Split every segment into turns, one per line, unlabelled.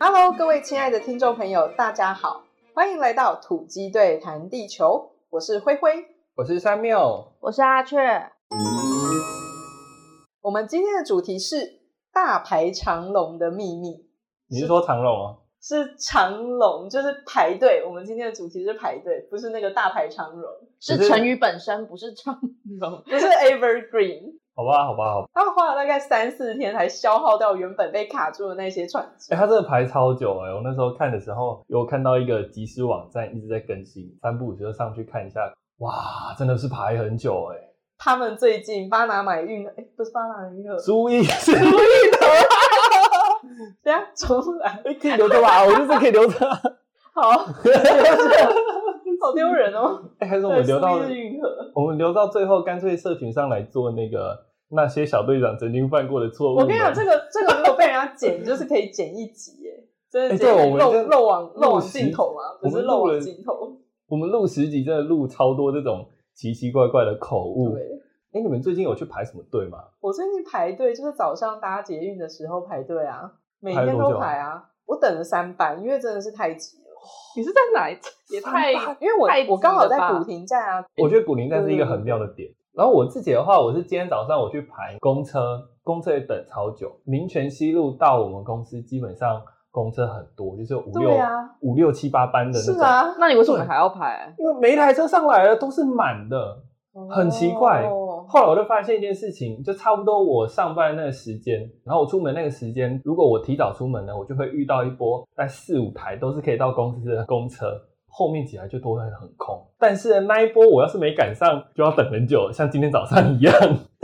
Hello，各位亲爱的听众朋友，大家好，欢迎来到土鸡队谈地球，我是灰灰。
我是三缪，
我是阿雀，
我们今天的主题是大排长龙的秘密，
你是说长龙哦？
是长龙，就是排队。我们今天的主题是排队，不是那个大排长龙，
是
只是
成语本身，不是长龙。
不是 Evergreen。
好吧，好吧，好吧。
他们花了大概三四天才消耗掉原本被卡住的那些串珠
哎、。他真的排超久哎、我那时候看的时候，有看到一个即时网站一直在更新，三不五时就上去看一下。哇，真的是排很久哎、
他们最近巴拿马运河，哎，不是巴拿马运河，
注意，
等一下重来，
哎可以留着吧，我就是可以留着。
好， 好丢人哦。
哎、还是我们留到
对苏伊士运河。
我们留到最后，干脆社群上来做那个那些小队长曾经犯过的错误。
我跟你讲，这个这个如果被人家剪，就是可以剪一集耶，真的
哎
剪
对我们
漏
真的
漏网漏网
录十
镜头嘛，
我
不是
们
漏
录
网
了
镜头。
我们录十集真的录超多这种奇奇怪怪的口误。哎、
对，
你们最近有去排什么队吗？
我最近排队就是早上搭捷运的时候排队啊，每
排了
天
多
都
久啊
排啊，我等了三班，因为真的是太挤了。
你是在哪一也太
因为我
太挤
我刚好
了
在
吧
古亭站啊，
我觉得古林站是一个很妙的点。然后我自己的话，我是今天早上我去排公车，公车也等超久。民权西路到我们公司基本上公车很多，就是有五六、
对啊
五六七八班的那种。
是，啊，
那你为什么还要排？
因为每一台车上来了都是满的。很奇怪
哦
后来我就发现一件事情，就差不多我上班那个时间，然后我出门那个时间，如果我提早出门呢，我就会遇到一波在四五台都是可以到公司的公车，后面几台就都会很空。但是呢那一波我要是没赶上，就要等很久，像今天早上 一样。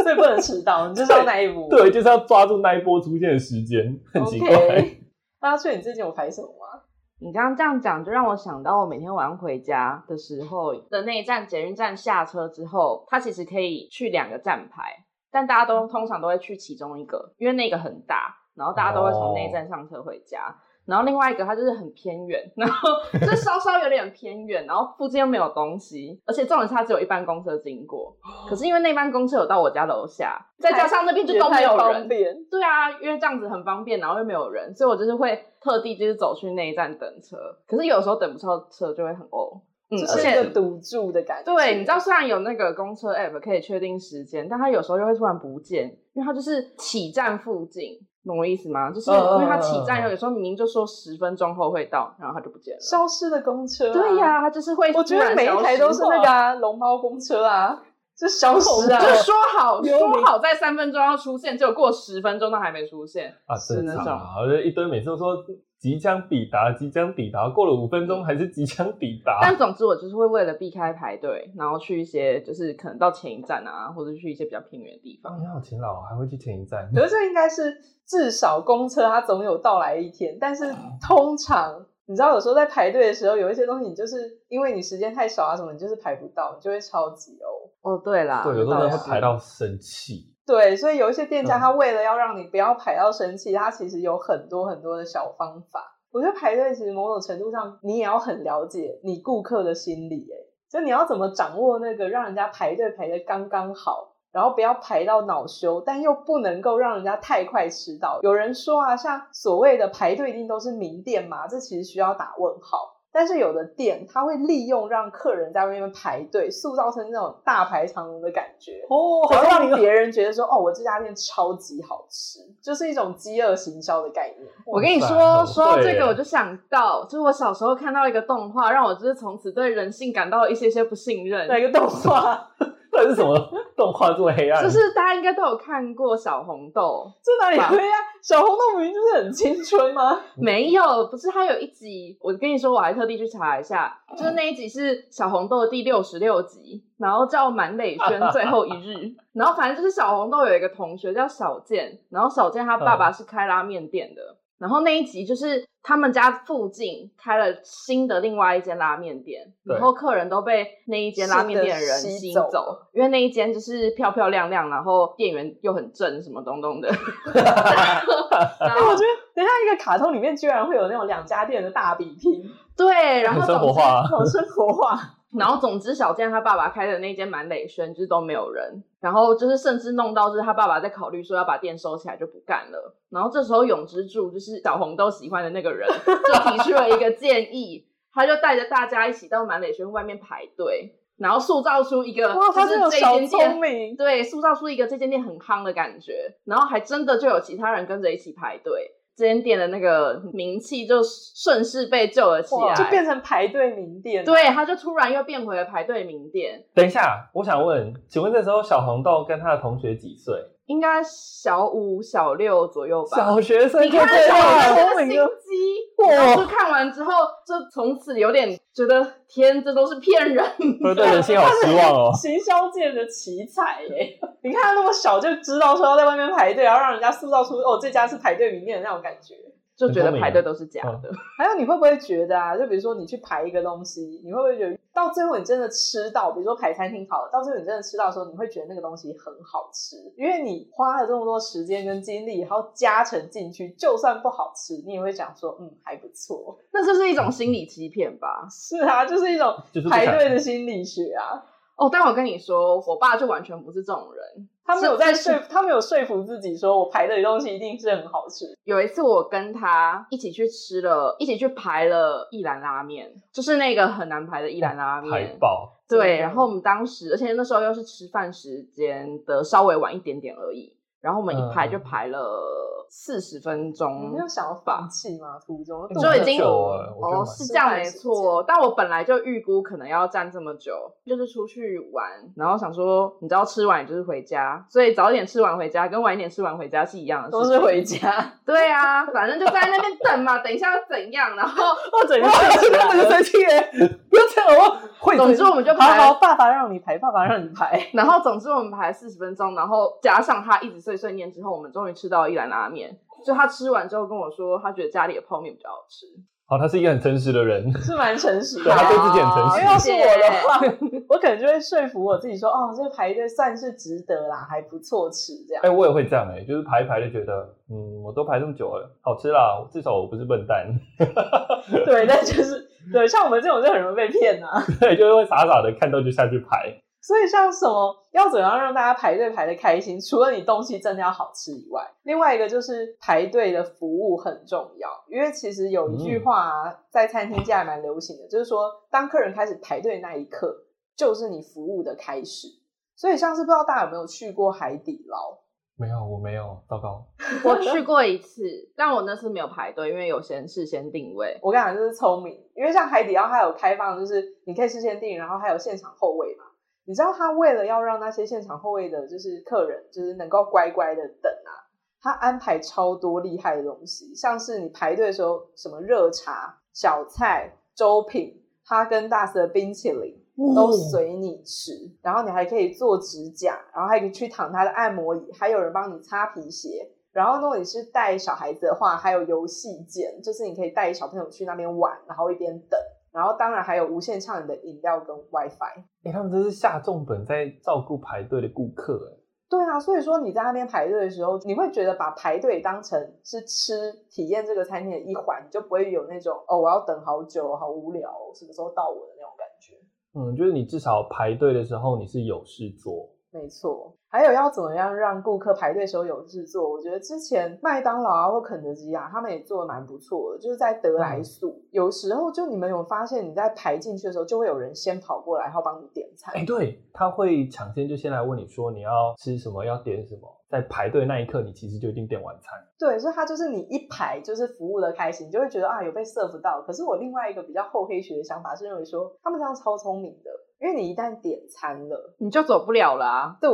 所以不能迟到，你就是要那一步。
对，就是要抓住那一波出现的时间，很奇怪。
OK 那阿翠，你最近有排什么吗？
你刚刚这样讲，就让我想到我每天晚上回家的时候的那一站捷运站下车之后，它其实可以去两个站牌，但大家都通常都会去其中一个，因为那个很大，然后大家都会从那一站上车回家。然后另外一个它就是很偏远， 然后就稍稍有点偏远，然后附近又没有东西，而且重点是它只有一班公车经过，
哦
可是因为那班公车有到我家楼下，再加上那边就都没有
也太
人
方，便。
对啊，因为这样子很方便，然后又没有人，所以我就是会特地就是走去那一站等车。可是有时候等不到车就会很哦，嗯，
就
而
是一个
且
赌注的感觉。
对，你知道虽然有那个公车 app 可以确定时间，但它有时候又会突然不见，因为它就是起站附近，懂我意思吗？就是因为它起站以后，有时候明明就说十分钟后会到，然后它就不见了。
消失的公车、啊
对、呀、它就是会
我觉
突
得
然
每一
消
台
失哦
都是那个、啊、龙猫公车啊，就 消失啊
就。是说好
幽
说
灵
好在三分钟要出现，结果过十分钟都还没出现。
啊，
是
正
那
常
种
啊，就一堆每次都说即将抵达，即将抵达，过了五分钟还是即将抵达。
但总之，我就是会为了避开排队，然后去一些就是可能到前一站啊，或者去一些比较偏远的地
啊
方。
你好勤劳，还会去前一站。
可是这应该是至少公车它总有到来一天，但是通常你知道有时候在排队的时候，有一些东西你就是因为你时间太少啊什么，你就是排不到，你就会超级哦。
哦，对啦，
对，有时候
倒
真
是
的会排到生气。
对，所以有一些店家
嗯
他为了要让你不要排到生气，他其实有很多很多的小方法。我觉得排队其实某种程度上你也要很了解你顾客的心理，哎，就你要怎么掌握那个让人家排队排的刚刚好，然后不要排到恼羞，但又不能够让人家太快迟到。有人说啊，像所谓的排队一定都是名店嘛，这其实需要打问号。但是有的店他会利用让客人在外面排队，塑造成那种大排长龙的感觉。
哦
好让别人觉得说，哦，我这家店超级好吃，就是一种饥饿行销的概念。
我跟你说，说到这个，我就想到，就是我小时候看到一个动画，让我就是从此对人性感到一些些不信任。
哪，个动画？
这是什么动画这么黑暗？
就是大家应该都有看过《小红豆
这哪里会啊？小红豆明明就是很青春吗？》，
没有？不是，它有一集，我跟你说，我还特地去查一下，就是那一集是《小红豆》的第六十六集，然后叫《满垒 轩最后一日》。然后反正就是小红豆有一个同学叫小健，然后小健他爸
嗯
爸是开拉面店的，然后那一集就是他们家附近开了新的另外一间拉面店，
对
然后客人都被那一间拉面店的人
是的吸
吸
走
走，因为那一间就是漂漂亮亮，然后店员又很正，什么东东的。 然
哎，我
后
觉得等一下一个卡通里面居然会有那种两家店的大比拼，
对，然后
很生活
总之
化啊，
好生活化。
然后总之，小健他爸爸开的那间满磊轩就是都没有人，然后就是甚至弄到就是他爸爸在考虑说要把店收起来就不干了。然后这时候永之助就是小红豆喜欢的那个 人，就提出了一个建议，他就带着大家一起到满磊轩外面排队，然后塑造出一个
哇，他
就是
这种
这
小
间店
聪明，
对，塑造出一个这间店很夯的感觉，然后还真的就有其他人跟着一起排队，这间店的那个名气就顺势被救了起
哇，就
来。
变成排队名店。，
啊对，他就突然又变回了排队名店，
等一下，我想问，请问这时候小红豆跟他的同学几岁？
应该小五、小六左右吧。
小学生
你看
就这
小
样
红
了
那个心机，
哇
然后就看完之后，就从此有点觉得天，这都是骗人
不是对人性好失望哦。
行销界的奇才耶！ 你看他那么小就知道说要在外面排队，然后让人家塑造出哦这家是排队名店的那种感觉。
就觉
很
得
聪明
排队都是假
嗯
的。
还有你会不会觉得啊？就比如说你去排一个东西，你会不会觉得到最后你真的吃到，比如说排餐厅好了，哎到最后你真的吃到的时候，你会觉得那个东西很好吃，因为你花了这么多时间跟精力，然后加成进去，就算不好吃，你也会想说嗯还不错。
那就是一种心理欺骗吧。
是啊，就是一种
就是不
排
敢
队的心理学啊。
哦，但我跟你说，我爸就完全不是这种人。
他没有在
是
说，他没有说服自己说我排的东西一定是很好吃。
有一次我跟他一起去吃了，一起去排了一兰拉面，就是那个很难排的一兰拉
海
面。
报，
对，然后我们当时，而且那时候又是吃饭时间的稍微晚一点点而已，然后我们一排就排了四十分
你
钟，
没有想要放弃吗？途中
你
肚
这
子
么
就已经
久了我觉得
哦
蛮
是这样没错，但我本来就预估可能要站这么久，就是出去玩，然后想说你知道吃完也就是回家，所以早点吃完回家跟晚一点吃完回家是一样的事
都
情，
是回家，
对啊，反正就在那边等嘛，等一下要怎样，然后
或 者
我就生气耶！不要这样好不好？会
总之我 们就
好
排，
好，爸爸让你排，爸爸让你排。
然后总之我们排四十分钟，然后加上他一直碎碎念之后，我们终于吃到一兰拉面。就他吃完之后跟我说，他觉得家里的泡面比较好吃。
好，他是一个很诚实的人。
是蛮诚实的啊
对。他对自己很诚实
因为要哦是我的话， 我可能就会说服我自己说，哦，这个排队算是值得啦，还不错吃这样
哎、。我也会这样哎、就是排一排就觉得，嗯，我都排这么久了，好吃啦，至少我不是笨蛋。 呃
对，但就是对，像我们这种就很容易被骗啊。
对，就是会傻傻的看到就下去排。
所以像什么要怎样让大家排队排的开心，除了你东西真的要好吃以外，另外一个就是排队的服务很重要。因为其实有一句话、啊在餐厅界还蛮流行的，就是说当客人开始排队那一刻，就是你服务的开始。所以上次不知道大家有没有去过海底捞？
没有，我没有，糟糕。
我去过一次，但我那次没有排队，因为有先事先定位。
我跟你讲，就是聪明，因为像海底捞它有开放，就是你可以事先订，然后还有现场后位嘛。你知道他为了要让那些现场后位的，就是客人，就是能够乖乖的等啊，他安排超多厉害的东西，像是你排队的时候，什么热茶、小菜、粥品、哈根达斯的冰淇淋，
哦
都随你吃，然后你还可以做指甲，然后还可以去躺他的按摩椅，还有人帮你擦皮鞋。然后如果你是带小孩子的话，还有游戏间，就是你可以带小朋友去那边玩，然后一边等。然后当然还有无限畅饮的饮料跟 WiFi。
哎、他们真是下重本在照顾排队的顾客哎、
对啊，所以说你在那边排队的时候，你会觉得把排队当成是吃体验这个餐厅的一环，你就不会有那种哦我要等好久，好无聊哦，什么时候到我的那种感觉。
嗯，就是你至少排队的时候你是有事做。
没错，还有要怎么样让顾客排队时候有制作？我觉得之前麦当劳啊或肯德基啊，他们也做的蛮不错的，就是在得来
嗯
速，有时候就你们有发现你在排进去的时候，就会有人先跑过来，然后帮你点餐。
哎、对，他会抢先就先来问你说你要吃什么，要点什么，在排队那一刻你其实就已经点晚餐了。
对，所以他就是你一排就是服务的开心，你就会觉得啊有被 serve 到。可是我另外一个比较厚黑学的想法是认为说，他们这样超聪明的，因为你一旦点餐了，
你就走不了啦、
对，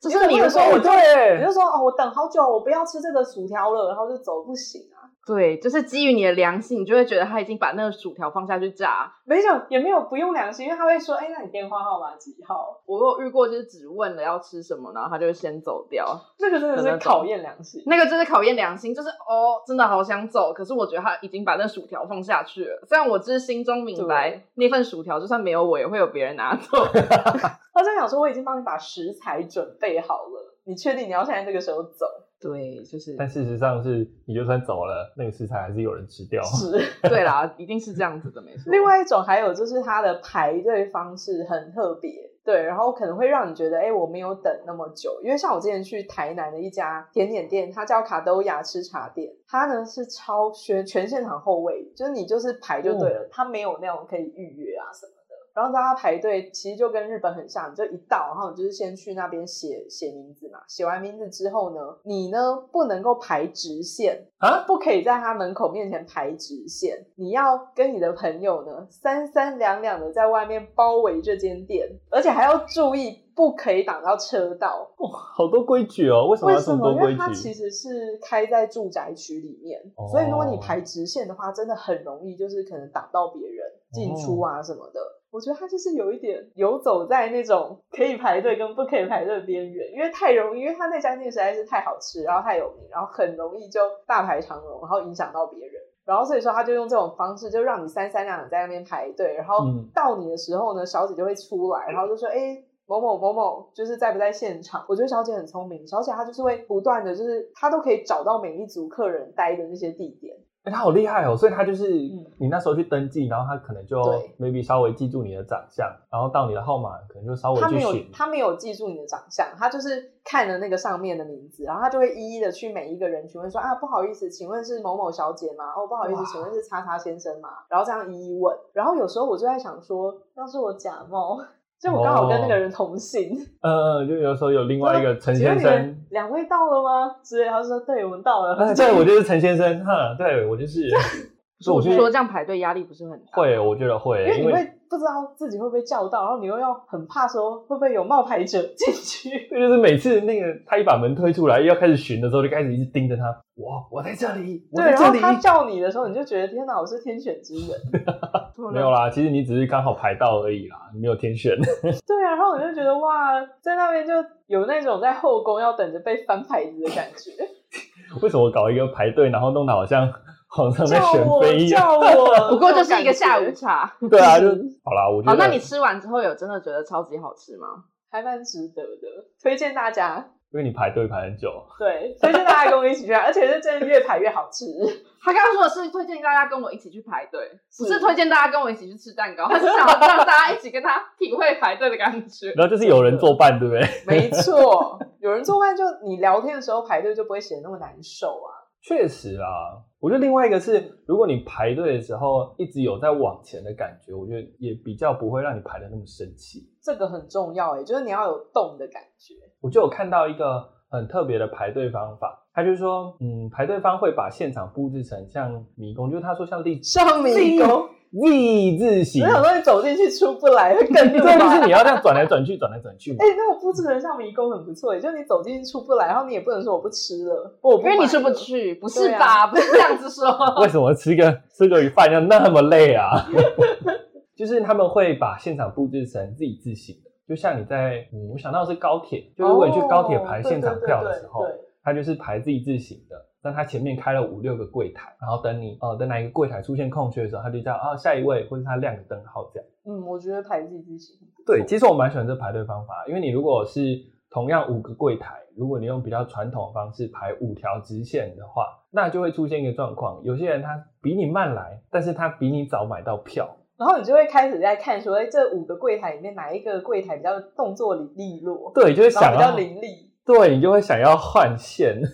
就
因为
是你
会
如
有
果
时候
我
我就你
对
就说哦我等好久，我不要吃这个薯条了，然后就走不行啊。
对，就是基于你的良心，你就会觉得他已经把那个薯条放下去炸。
没有，也没有不用良心，因为他会说，哎、那你电话号码几号？
我有遇过，就是只问了要吃什么，然后他就先走掉。
那个真的
的
是
那种
考验良心。
那个就是考验良心，就是哦，真的好想走，可是我觉得他已经把那薯条放下去了。虽然我只是心中明白
对，
那份薯条就算没有我，也会有别人拿 走。
他就想说，我已经帮你把食材准备好了，你确定你要现在这个时候走？
对，就是
但事实上是，你就算走了，那个食材还是有人吃掉。
是。
对啦，一定是这样子的，没错。
另外一种还有就是它的排队方式很特别，对，然后可能会让你觉得，哎、我没有等那么久，因为像我之前去台南的一家甜点店，它叫卡兜雅吃茶店，它呢是超全全现场后位，就是你就是排就对了，
嗯
它没有那种可以预约啊什么的。然后大家排队其实就跟日本很像，你就一到，然后你就是先去那边写写名字嘛，写完名字之后呢，你呢不能够排直线，
啊，
不可以在他门口面前排直线，你要跟你的朋友呢三三两两的在外面包围这间店，而且还要注意不可以挡到车道。
好多规矩哦，为什么
为
要这
什
么
么？
多
因
规
为它其
矩？
实是开在住宅区里面，
哦
所以如果你排直线的话，真的很容易就是可能挡到别人进
哦
出啊什么的。我觉得它就是有一点游走在那种可以排队跟不可以排队的边缘，因为太容易，因为它那家店实在是太好吃，然后太有名，然后很容易就大排长龙，然后影响到别人。然后所以说，他就用这种方式，就让你三三两两在那边排队，然后
嗯
到你的时候呢，小姐就会出来，然后就说：“哎，某某某某，就是在不在现场？”我觉得小姐很聪明，小姐她就是会不断的，就是她都可以找到每一组客人待的那些地点。
哎、他好厉害哦，所以他就是、
嗯
你那时候去登记，然后他可能就
对
maybe 稍微记住你的长相，然后到你的号码可能哦就稍微
她
去
没有
选，。
她没有记住你的长相，她就是看了那个上面的名字，然后她就会一一的去每一个人询问说：“啊，不好意思，请问是某某小姐吗？哦，不好意思
哇，
请问是叉叉先生吗？”然后这样一一问。然后有时候我就在想说，要是我假冒，就我刚好
哦
跟那个人同姓。
呃，就有时候有另外一个陈
请问
先
你
生
们，两位到了吗？之类的，他说对，我们到了。
哎，对，我就是陈先生，哈，对我就是。所以我
我
觉
说
得
这样排队压力不是很大。
会，我觉得 会
因，为
因
你
为
会不知道自己会不会叫到，然后你又要很怕说会不会有冒牌者进去。
这就是每次那个他一把门推出来要开始巡的时候，就开始一直盯着他，我我在这里，我
对，
在
然
这
后
里。
他叫你的时候，你就觉得天哪，我是天选之人。
对
没有，啦，其实你只是刚好排到而已啦，你没有天选。
对啊，然后我就觉得哇，在那边就有那种在后宫要等着被翻牌子的感觉。
为什么搞一个排队，然后弄得好像皇上在
叫
选
我
妃一样？
叫我，
不过就是一个
这种 感
下
觉
午，茶。
对啊，就好啦，我觉
好，
得
那你吃完之后有真的觉得超级好吃吗？
还蛮值得的，推荐大家。
因为你排队排很久，
对，推荐大家跟我一起去啊，而且是真的越排越好吃。
他刚刚说的是推荐大家跟我一起去排队，不
是
是推荐大家跟我一起去吃蛋糕，他是想让大家一起跟他体会排队的感觉。
然后就是有人作伴，对不对？
没错，有人做饭就你聊天的时候排队就不会显得那么难受啊。
确实啊，我觉得另外一个是，如果你排队的时候一直有在往前的感觉，我觉得也比较不会让你排的那么生气。
这个很重要诶、欸就是你要有动的感觉。
我就有看到一个很特别的排队方法，他就说，嗯，排队方会把现场布置成像迷宫，就是他说像立
上迷宫，
立字形，
我想说你走进去出不来会 更
对，就是
乱。
你要这样转来转去，转来转去嘛
哎、。那我布置成像迷宫很不错欸诶、就是你走进去出不来，然后你也不能说我不吃了，我不
因为你出不
买了，
去，不
对
是
啊
吧？不是这样子说。
为什么吃个吃个鱼饭要那么累 啊？就是他们会把现场布置成立字形的，就像你在，嗯，我想到的是高铁，就如果你去高铁排现场票的时候，
哦对对对对对
它就是排 Z 字形的。那它前面开了五六个柜台，然后等你呃等哪一个柜台出现空缺的时候，它就叫啊下一位，或者它亮个灯号这样。
嗯，我觉得排自己行。
对，其实我蛮喜欢这排队方法，因为你如果是同样五个柜台，如果你用比较传统的方式排五条直线的话，那就会出现一个状况，有些人他比你慢来，但是他比你早买到票。
然后你就会开始在看说，哎，这五个柜台里面哪一个柜台比较动作利利落，
对，就会
然后
想
比较
要，
凌厉，
对你就会想要换线。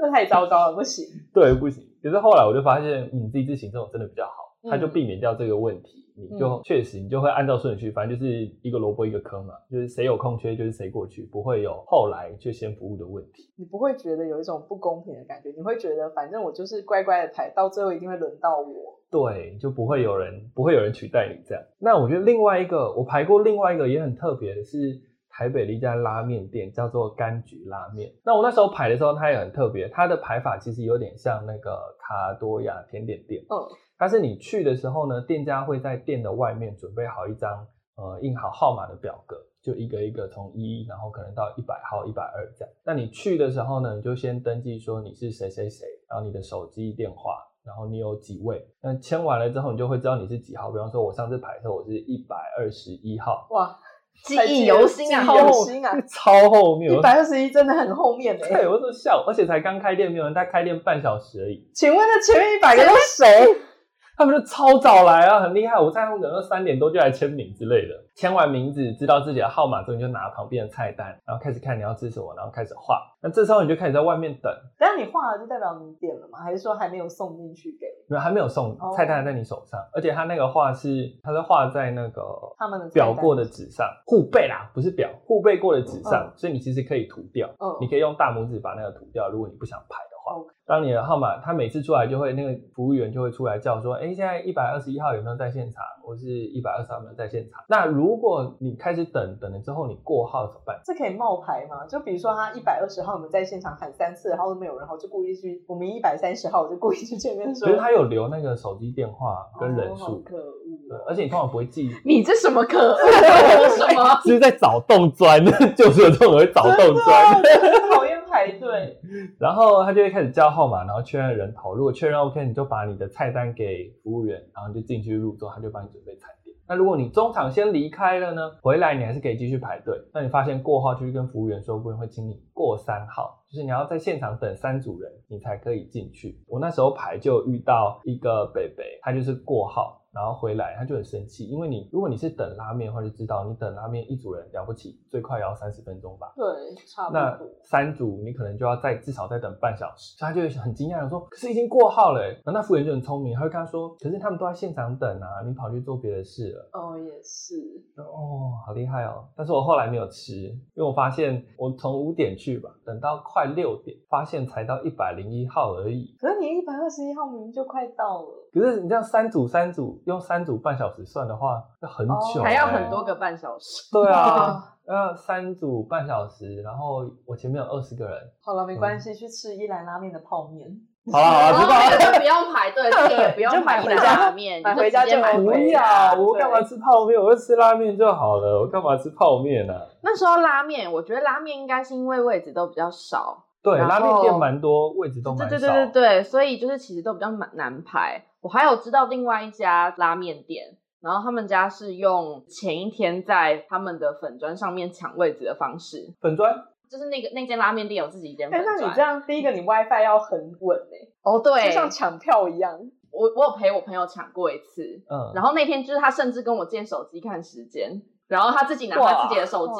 这太糟糕了，不行。
对，不行。可是后来我就发现，嗯，自己自行这种真的比较好，
嗯
它就避免掉这个问题。你就
嗯
确实，你就会按照顺序，反正就是一个萝卜一个坑嘛，就是谁有空缺就是谁过去，不会有后来就先服务的问题。
你不会觉得有一种不公平的感觉，你会觉得反正我就是乖乖的排，到最后一定会轮到我。
对，就不会有人不会有人取代你这样。那我觉得另外一个，我排过另外一个也很特别的是台北的一家拉面店，叫做柑橘拉面。那我那时候排的时候，它也很特别，它的排法其实有点像那个卡多亚甜点店。
嗯，
但是你去的时候呢，店家会在店的外面准备好一张呃印好号码的表格，就一个一个从一，然后可能到一百号、一百二这样。那你去的时候呢，你就先登记说你是谁谁谁，然后你的手机电话，然后你有几位。那签完了之后，你就会知道你是几号。比方说，我上次排的时候我是一百二十一号，
哇，
记忆犹新啊
记忆犹新啊！
超后面，
一
我
百二十一真的很后面哎、
对，我都笑，而且才刚开店，没有人，才开店半小时而已，
请问那前面一百个都是 谁？
他们就超早来啊，很厉害。我在他们可能三点多就来签名之类的，签完名字，知道自己的号码之后，你就拿旁边的菜单，然后开始看你要吃什么，然后开始画。那这时候你就开始在外面等，
但你画了就代表你点了吗？还是说还没有送进去给
没有还没有送
哦
菜单还在你手上，而且他那个画是他是画在那个
他们的菜
裱
单
过的？纸上，互背啦，不是裱，互背过的纸上，所以你其实可以涂掉，
嗯
你可以用大拇指把那个涂掉，如果你不想排的话
OK。
当你的号码，他每次出来就会那个服务员就会出来叫说，哎，现在一百二十一号有没有在现场，或是一百二十号有没有在现场？那如果你开始等等了之后，你过号怎么办？
这可以冒牌吗？就比如说他一百二十号，我们在现场喊三次，然后都没有人，然后就故意去我们一百三十号，我就故意去见面
其
说
实他有留那个手机电话跟人
哦好
数，
可恶
对
哦。
而且你通常不会记。
你这什么可 恶的什么？
是在找洞钻， 就是有这种人会找洞钻。
哦真的讨厌排队，
然后他就会开始叫号码，然后确认人头。如果确认 OK，你就把你的菜单给服务员，然后你就进去入座，他就帮你准备餐点。那如果你中场先离开了呢，回来你还是可以继续排队。那你发现过号，就去跟服务员说，服务员会请你过三号，就是你要在现场等三组人，你才可以进去。我那时候排就遇到一个北北，他就是过号。然后回来他就很生气，因为你如果你是等拉面的话，就知道你等拉面一组人了不起，最快也要三十分钟吧。
对，差不
那
多。
三组你可能就要再至少再等半小时，所以他就很惊讶的说：“可是已经过号了欸。”然后那服务员就很聪明，他就跟他说：“可是他们都在现场等啊，你跑去做别的事了。
哦，也是，”
哦，好厉害哦！但是我后来没有吃，因为我发现我从五点去吧，等到快六点，发现才到一百零一号而已。
可是你一百二十一号明明就快到了，
可是你这样三组三组用三组半小时算的话，要很
哦
久、欸，
还要很多个半小时。
对啊
哇，
要三组半小时，然后我前面有二十个 人，
好了，没关系，去吃一兰拉面的泡面。
好了好
然
了，
后
知道了。
哦啊那个不用排 队，这个也不用排
你就买回家
拉面，
买
你
回家
直接
就
买
好
不
回
要，
啊
我
对
干嘛吃泡面？我就吃拉面就好了，我干嘛吃泡面呢、啊？
那时候拉面，我觉得拉面应该是因为位置都比较少，
对，
然后
拉面店蛮多，位置都
对
蛮少。
对对对对，所以就是其实都比较难难排。我还有知道另外一家拉面店，然后他们家是用前一天在他们的粉砖上面抢位置的方式，
粉砖
就是那个那间拉面店有自己一间
哎、
粉
那你
砖。
这样，第一个你 WiFi 要很稳哎、
哦，对
就，像抢票一样。
我我有陪我朋友抢过一次，
嗯，
然后那天就是他甚至跟我借手机看时间，然后他自己拿他自己的手机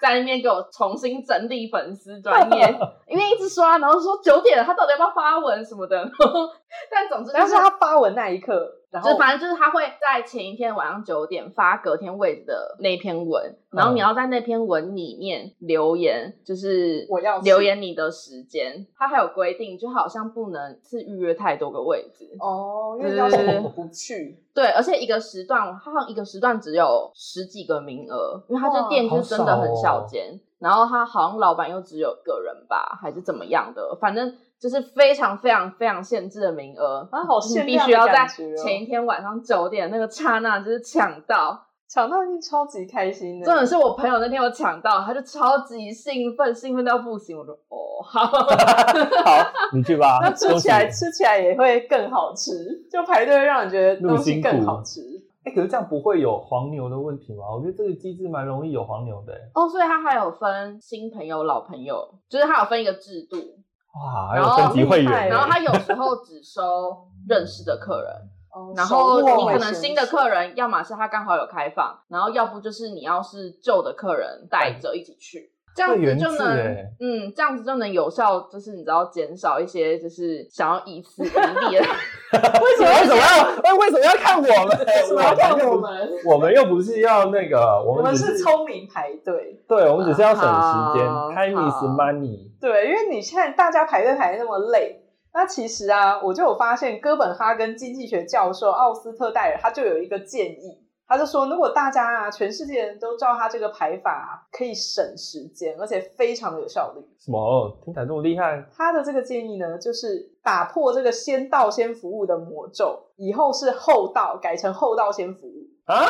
在那边给我重新整理粉丝专业， 因为一直刷，然后说九点了，他到底要不要发文什么的。然后 但总之就
但
是
是他发文那一刻，然
就
后
是反正就是他会在前一天晚上九点发隔天位置的那篇文，然后
嗯
你要在那篇文里面留言，就是
我要吃
留言你的时间。他还有规定，就好像不能是预约太多个位置。
哦，因为要是
对
我不去，
对，而且一个时段，它好像一个时段只有十几个名额，因为它这
哇
店就是真的很
好少
小
哦
间，然后它好像老板又只有一个人吧，还是怎么样的，反正就是非常非常非常限制的名额，
啊好
你
限
必
量
须
的
要在
感觉哦
前一天晚上九点那个刹那就是抢到，
抢到一定超级开心的。
重点是我朋友那天有抢到，他就超级兴奋，兴奋到不行，我说哦好，
好，你去吧。
那吃起来
恭喜
吃起来也会更好吃，就排队会让你觉得东西更好吃。
你，哎、可是这样不会有黄牛的问题吗？我觉得这个机制蛮容易有黄牛的、
哦，所以他还有分新朋友、老朋友，就是他有分一个制度。
哇，还
然
有
后
升级会员、
厉害
然后他有时候只收认识的客人，
哦
然后
手握
你可
还
能
是
新的客人，要么是他刚好有开放，然后要不就是你要是旧的客人带着一起去，这样子
会
就
员制
能
欸
嗯，这样子就能有效，就是你知道减少一些就是想要以此盈 利的。
为什么为什么要哎为什么要看我们？为
为什么要看我？们？
我们又不是要那个，我
我们
们只
是聪明排队，
对，我们只是要省时间
好
，time is
好
money。
对，因为你看大家排队排得那么累，那其实啊，我就有发现哥本哈根经济学教授奥斯特戴尔他就有一个建议，他就说，如果大家啊，全世界人都照他这个排法啊、可以省时间，而且非常的有效率。
什么？哦听起来这么厉害？
他的这个建议呢，就是打破这个先到先服务的魔咒，以后是后到，改成后到先服务
啊。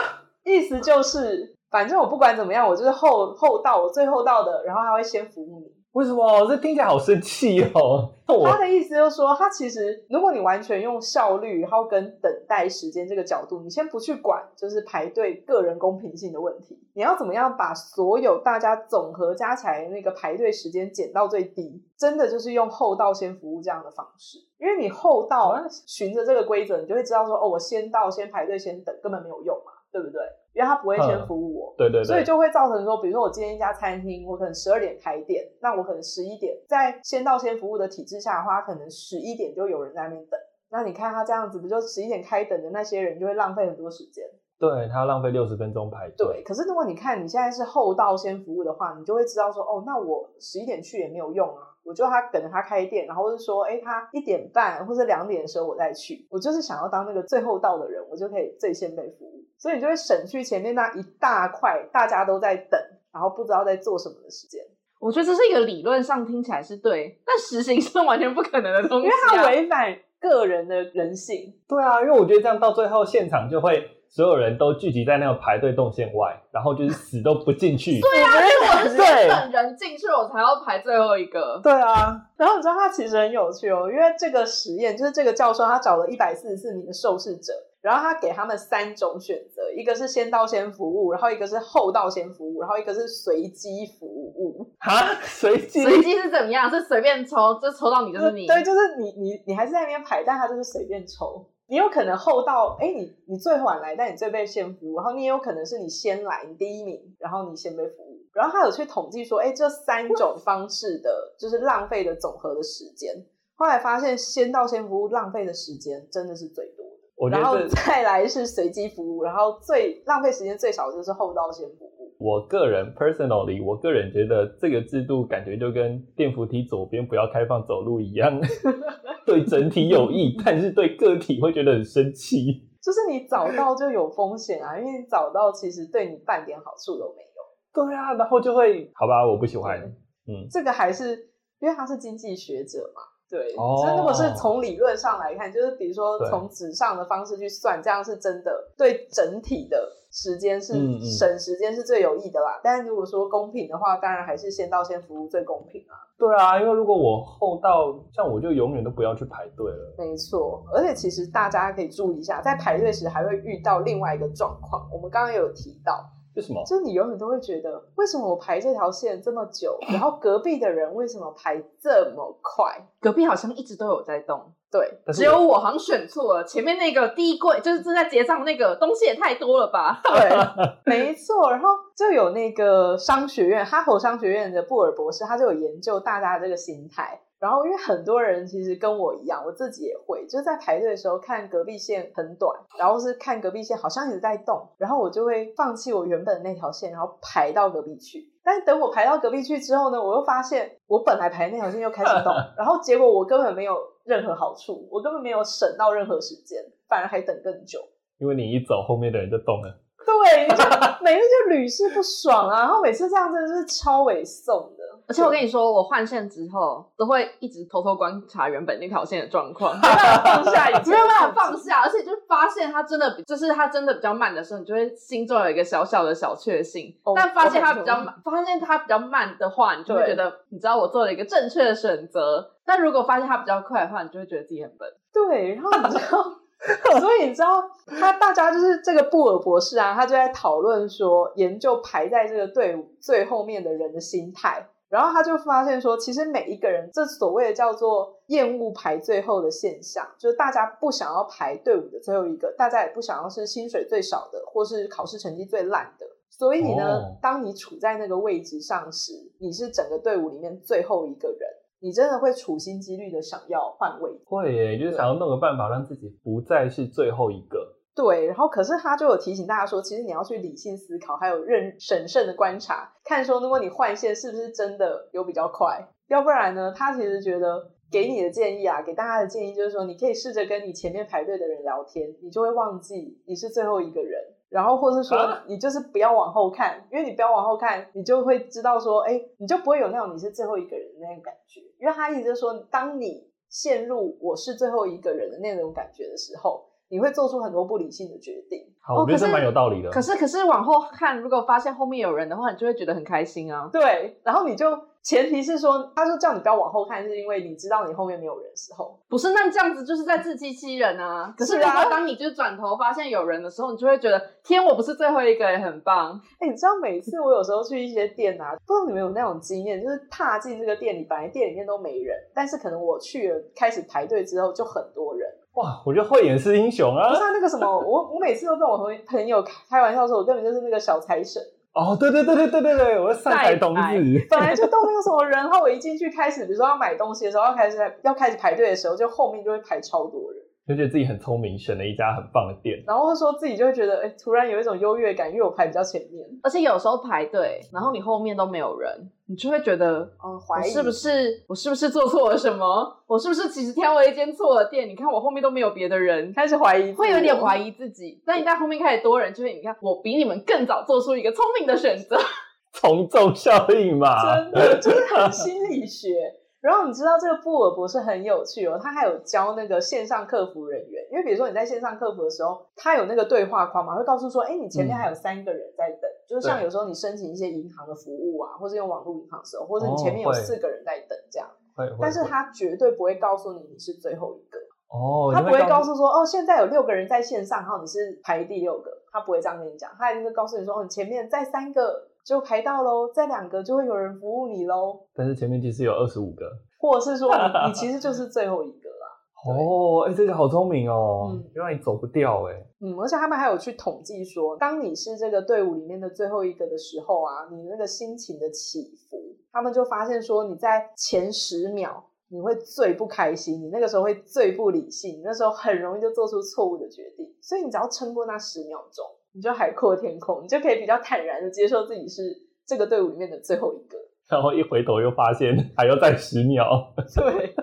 意思就是。反正我不管怎么样，我就是后后到，我最后到的，然后他会先服务你。
为什么？这听起来好生气哦！那我
他的意思就是说，他其实如果你完全用效率，然后跟等待时间这个角度，你先不去管就是排队个人公平性的问题，你要怎么样把所有大家总和加起来的那个排队时间减到最低，真的就是用后到先服务这样的方式。因为你后到循着这个规则，你就会知道说，哦，我先到先排队先等根本没有用嘛，对不对？因为他不会先服务我。
对对对，
所以就会造成说，比如说我今天一家餐厅，我可能十二点开店，那我可能十一点，在先到先服务的体制下的话，可能十一点就有人在那边等。那你看他这样子，不就十一点开等的那些人就会浪费很多时间。
对他要浪费六十分钟排队。
对，可是如果你看你现在是后到先服务的话，你就会知道说，哦，那我十一点去也没有用啊，我就他等着他开店，然后是说，哎，他一点半或者两点的时候我再去，我就是想要当那个最后到的人，我就可以最先被服务，所以你就会省去前面那一大块大家都在等，然后不知道在做什么的时间，
我觉得这是一个理论上听起来是对，但实行是完全不可能的东
因
西、
为
啊。
它违反个人的人性。
对啊，因为我觉得这样到最后现场就会所有人都聚集在那个排队动线外，然后就是死都不进去。
对啊，因为我是
对
等人进去，我才要排最后一个。
对啊，
然后你知道他其实很有趣哦，因为这个实验就是这个教授他找了一百四十四名的受试者，然后他给他们三种选择，一个是先到先服务，然后一个是后到先服务，然后一个是随机服务。
哈， 随机
随机是怎么样？是随便抽，就抽到你就是你。
对，就是你你你还是在那边排，但他就是随便抽。你有可能后到，哎，你你最晚来，但你最被先服务，然后你也有可能是你先来，你第一名，然后你先被服务。然后他有去统计说，哎，这三种方式的，就是浪费的总和的时间。后来发现，先到先服务浪费的时间真的是最多的，
我觉
然后
得这
再来是随机服务，然后最浪费时间最少的就是后到先服务。
我个人 personally，我个人觉得这个制度感觉就跟电扶梯左边不要开放走路一 样，对整体有益，但是对个体会觉得很生气。
就是你早到就有风险啊，因为你早到其实对你半点好处都没有。
对啊，然后就会好吧，我不喜欢。嗯，
这个还是因为他是经济学者嘛，对，
哦
所以如果是从理论上来看，就是比如说
对
从纸上的方式去算，这样是真的对整体的时间是
嗯嗯
省时间是最有益的啦。但是如果说公平的话，当然还是先到先服务最公平啊，
对啊，因为如果我后到，像我就永远都不要去排队了。
没错。而且其实大家可以注意一下，在排队时还会遇到另外一个状况，我们刚刚也有提到，
为什么？
就是你永远都会觉得，为什么我排这条线这么久，然后隔壁的人为什么排这么快？
隔壁好像一直都有在动，
对，
但是
只有我好像选错了。前面那个第一柜就是正在结账那个东西也太多了吧？
对，没错。然后就有那个商学院，哈佛商学院的布尔博士，他就有研究大家的这个心态。然后，因为很多人其实跟我一样，我自己也会，就是在排队的时候看隔壁线很短，然后是看隔壁线好像一直在动，然后我就会放弃我原本的那条线，然后排到隔壁去。但是等我排到隔壁去之后呢，我又发现我本来排的那条线又开始动，然后结果我根本没有任何好处，我根本没有省到任何时间，反而还等更久。
因为你一走，后面的人就动了。
对，你就每次就屡试不爽啊，然后每次这样真的是超委送的。
而且我跟你说，我换线之后都会一直偷偷观察原本那条线的状况，
放下已经
没有办法放下，而且就发现它真的比，就是它真的比较慢的时候，你就会心中有一个小小的小确幸。
哦
但发现它
我
比
懂
较慢，发现它比较慢的话，你就会
对
觉得，你知道我做了一个正确的选择。但如果发现它比较快的话，你就会觉得自己很笨。
对，然后你知道， 所以你知道，他大家就是这个布尔博士啊，他就在讨论说，研究排在这个队伍最后面的人的心态。然后他就发现说，其实每一个人，这所谓的叫做厌恶排最后的现象，就是大家不想要排队伍的最后一个，大家也不想要是薪水最少的，或是考试成绩最烂的。所以呢，
哦
当你处在那个位置上时，你是整个队伍里面最后一个人，你真的会处心积虑的想要换位置。
会耶，就是想要弄个办法让自己不再是最后一个。
对，然后可是他就有提醒大家说，其实你要去理性思考，还有认审慎的观察，看说如果你换线是不是真的有比较快，要不然呢，他其实觉得给你的建议啊，给大家的建议就是说，你可以试着跟你前面排队的人聊天，你就会忘记你是最后一个人。然后，或是说
啊，
你就是不要往后看，因为你不要往后看，你就会知道说，哎，你就不会有那种你是最后一个人的那种感觉。因为他一直说，当你陷入我是最后一个人的那种感觉的时候，你会做出很多不理性的决定。
好，
哦
我觉得
可
这
是
蛮有道理的。
可是可是往后看，如果发现后面有人的话，你就会觉得很开心啊。
对，然后你就前提是说，他说叫你不要往后看，是因为你知道你后面没有人的时候，
不是，那这样子就是在自欺欺人啊。可是
是
如
啊
果当你就是转头发现有人的时候，你就会觉得天，我不是最后一个，也很棒。
哎、你知道每次我有时候去一些店啊，不知道你们有那种经验，就是踏进这个店里，本来店里面都没人，但是可能我去了，开始排队之后就很多人。
哇，我觉得慧眼是英雄
不是
啊！
啊那个什么，我我每次都跟我朋朋友开开玩笑说，我根本就是那个小财神，
哦，对对对对对对对，我是善财童
善
子。
本来就都没有什么人，然后我一进去开始，比如说要买东西的时候，要开始要开始排队的时候，就后面就会排超多人，
就觉得自己很聪明，选了一家很棒的店。
然后会说自己就会觉得，哎、突然有一种优越感，因为我排比较前面，
而且有时候排队，然后你后面都没有人，你就会觉得。
嗯，怀
我
疑
哦是不是我是不是做错了什么？我是不是其实挑了一间错的店？你看我后面都没有别的人，
开始怀疑，
会有点怀
疑。
疑自己。但你在后面开始多人，就是你看我比你们更早做出一个聪明的选择。
从众效应嘛，
真的就是很心理学。然后你知道这个布尔博士很有趣哦，他还有教那个线上客服人员，因为比如说你在线上客服的时候，他有那个对话框嘛，会告诉说，哎，你前面
嗯
还有三个人在等，就是像
对
有时候你申请一些银行的服务啊，或者用网络银行的时候，或者你前面
哦
有
会
四个人在等这样，
会会
但是
会
他绝对不会告诉你你是最后一个，
哦，
他
你
不会告
诉
诉说，哦，现在有六个人在线上，然后你是排第六个，他不会这样跟你讲，他一定会告诉你说，哦，你前面再三个就排到喽，再两个就会有人服务你喽，
但是前面其实有二十五个。
或者是说你你其实就是最后一个啊啦。
哦，哎、这个好聪明哦，
嗯
就让你走不掉哎、
嗯，而且他们还有去统计说，当你是这个队伍里面的最后一个的时候啊，你那个心情的起伏，他们就发现说你在前十秒你会最不开心，你那个时候会最不理性，你那时候很容易就做出错误的决定，所以你只要撑过那十秒钟，你就海阔天空，你就可以比较坦然的接受自己是这个队伍里面的最后一个。
然后一回头又发现还要再十秒，
对。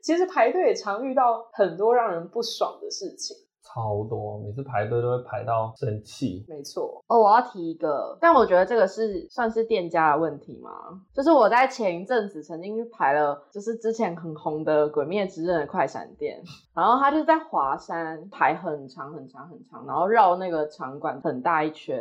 其实排队也常遇到很多让人不爽的事情，
超多，每次排队都会排到生气。
没错，
哦，我要提一个，但我觉得这个是算是店家的问题吗？就是我在前一阵子曾经去排了，就是之前很红的《鬼灭之刃》的快闪店，然后他就在华山排很长很长很长，然后绕那个场馆很大一圈，